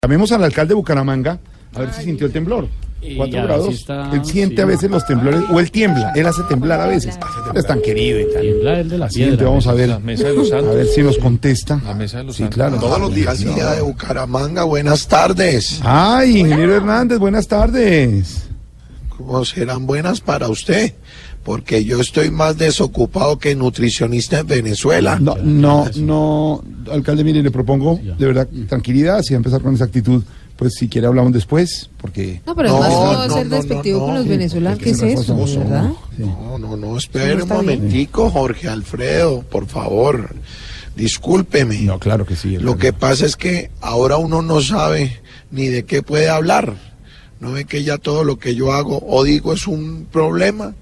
Llamemos al alcalde de Bucaramanga a ver si sintió el temblor. Y Cuatro a ver grados. si está- él siente sí. a veces los temblores, o él tiembla, él hace temblar a veces. Es tan querido y tal. Tiembla el de la Siguiente, piedra. vamos a ver, a mesa de los santos. ver si nos contesta. La mesa de los Sí, santos. claro. Todos los días. de Bucaramanga, buenas tardes. Ay, ingeniero Hernández, buenas tardes. ¿Cómo serán buenas para usted? Porque yo estoy más desocupado que nutricionista en Venezuela. No, no, no, alcalde, mire, le propongo, de verdad, tranquilidad, si va a empezar con esa actitud, pues si quiere hablamos después, porque... No, pero No, además no, no, ser no, despectivo no, con los no. venezolanos, Porque ¿qué es no eso, somos- verdad? Sí. No, no, no, espere Eso no un está bien. momentico, Jorge Alfredo, por favor. Discúlpeme. No, claro que sí. Lo que pasa es que ahora uno no sabe ni de qué puede hablar. No ve que ya todo lo que yo hago o digo es un problema.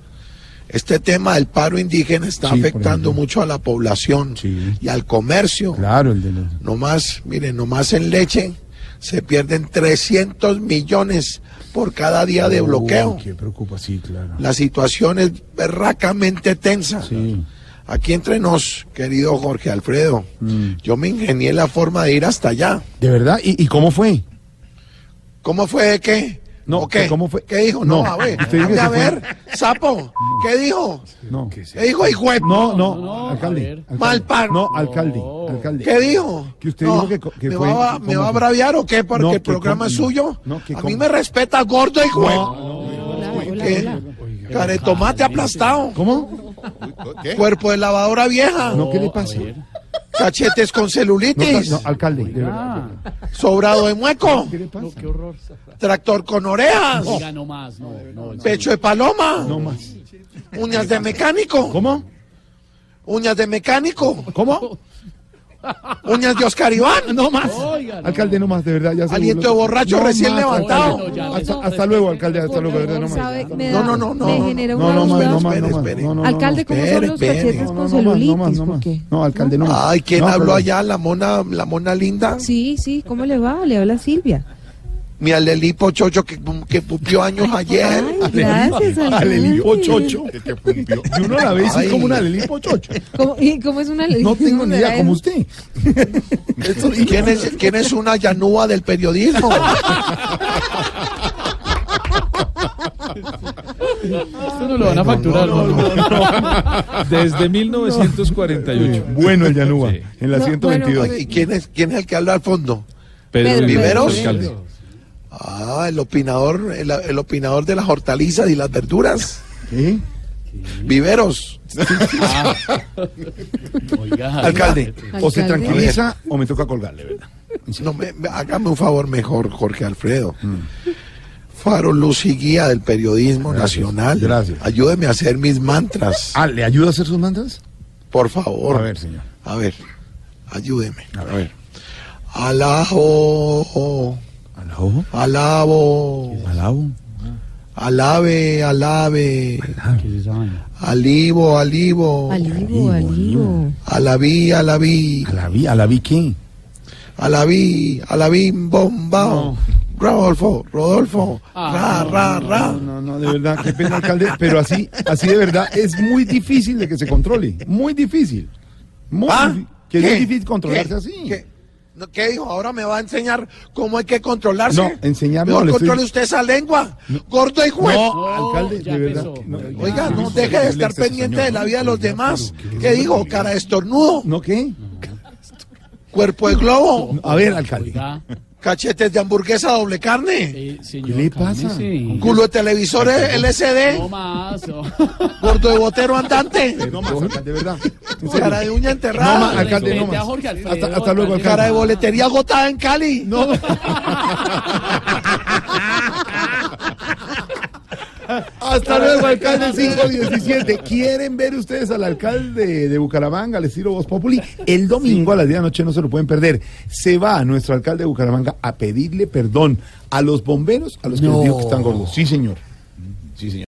Este tema del paro indígena está Sí, por ejemplo. afectando mucho a la población Sí. y al comercio. Claro, el de los... Nomás, miren, nomás en leche se pierden 300 millones por cada día de bloqueo. Uy, Oh, qué preocupa, sí, claro. La situación es berracamente tensa. Sí. Aquí entre nos, querido Jorge Alfredo, Mm. yo me ingenié la forma de ir hasta allá. ¿De verdad? ¿Y, y cómo fue? ¿Cómo fue de qué? No, ¿O qué? ¿cómo fue? ¿Qué dijo? No, No, a ver, usted dijo ande que a fue- ver, sapo, ¿qué dijo? No. ¿Qué dijo, hijo de- No, no, No, no, alcalde, a ver. alcalde. Mal par- No, alcalde, alcalde. ¿Qué dijo? Que usted No, dijo que, co- que ¿Me fue. va, a- ¿cómo me va a fue? braviar o qué? Porque No, el que programa cómo- es suyo. no, que a mí cómo- me respeta gordo, hijo de- Hola, hola, ¿Qué? hola. Caretomate aplastado. ¿Cómo? Cuerpo de lavadora vieja. No, ¿qué le pasa? ver. Cachetes con No, celulitis. no, alcalde, de verdad. Ah, Sobrado de mueco. ¿Qué le pasa? qué horror. Tractor con orejas. Oh. Diga no más, no, no. no. Pecho de paloma. No más. Uñas de mecánico. ¿Cómo? Uñas de mecánico. ¿Cómo? Uñas de Oscar Iván. No más. Oiga, no. Alcalde, no más, de verdad. Ya se Aliento burló. de borracho recién levantado. Oiga, no, ya, Hasta, no, hasta luego, alcalde, hasta luego, Este de verdad, no ¿Sabe? más. Me No, da- no, no, no, me no, genera No, una no más, duda. no más, no Espere, más. espere. no, no, no. Alcalde, ¿cómo son espere, los espere. No, no, cachetes no con más, no más, celulitis? no ¿Por más. qué? No, alcalde, no más. Ay, ¿quién No, habló pero- allá? La mona, la mona linda. Sí, sí, ¿cómo le va? Le habla Silvia. Mi alelipo chocho que, que pupió años ayer. Ay, gracias, Alelí alcalde. Pochocho. Si uno la ve, sí, Ay. como una Alelí Pochocho. ¿Cómo, y cómo es una No tengo ni idea, como usted. ¿Quién es, ¿Quién es una llanúa del periodismo? Esto no lo van a facturar, no, Desde 1948. Bueno, el Yanúa, Sí. en la No, 122. bueno, ¿Y quién es, quién es el que habla al fondo? Pedro Viveros. alcalde. Ah, el opinador, el, el opinador de las hortalizas y las verduras. ¿Qué? Viveros. Oiga, Alcalde, o se Alcalde. tranquiliza o me toca colgarle, ¿verdad? No, me, me- hágame un favor mejor, Jorge Alfredo. Faro, luz y guía del periodismo Mm. Gracias, nacional. gracias. Ayúdeme a hacer mis mantras, Ah, ¿le ayuda a hacer sus mantas? por favor. A ver, señor. A ver, ayúdeme. A ver. Alabo, Alabo, alabo, alabo. alabe, alabe, ¿qué es esa vaina? alivo, alivo, Alivo, alivo. alabí, alabí, Alabí, alabí qué? alabí, alabí, bombao. No. Rodolfo, Rodolfo, Ah, ra, ra, ra. No, no, no, de verdad, qué pena, alcalde. Pero así, así de verdad, es muy difícil de que se controle. Muy difícil. Muy ¿Ah? difí- Que es ¿Qué? muy difícil controlarse ¿Qué? así. ¿Qué? No, ¿Qué dijo? Ahora me va a enseñar cómo hay que controlarse. No, enseñarme, Mejor no, le estoy- controle usted esa lengua. Gordo y juez. No, No, alcalde, ya de verdad. empezó. que no. Ya. Oiga, no Qué deje de horrible estar es este pendiente señor. de la vida de los demás. ¿Qué dijo? Cara de estornudo, ¿No qué? cuerpo de globo, A ver, alcalde. Oiga, cachetes de hamburguesa doble carne, eh, señor, ¿Qué le pasa? cálmese. culo de televisor eh, LCD, No más. no. gordo de botero andante, Eh, No más, alcalde, de verdad. En serio. cara de uña No más, enterrada, alcalde, no Respete a más. Jorge Alfredo, Hasta, hasta luego, alcalde. cara de alcalde. boletería agotada en Cali. No, Hasta luego, alcalde 517. ¿Quieren ver ustedes al alcalde de Bucaramanga, al estilo Voz Populi? El domingo a las 10 de la noche no se lo pueden perder. Se va nuestro alcalde de Bucaramanga a pedirle perdón a los bomberos, a los que les digo que están gordos. Sí, señor. Sí, señor.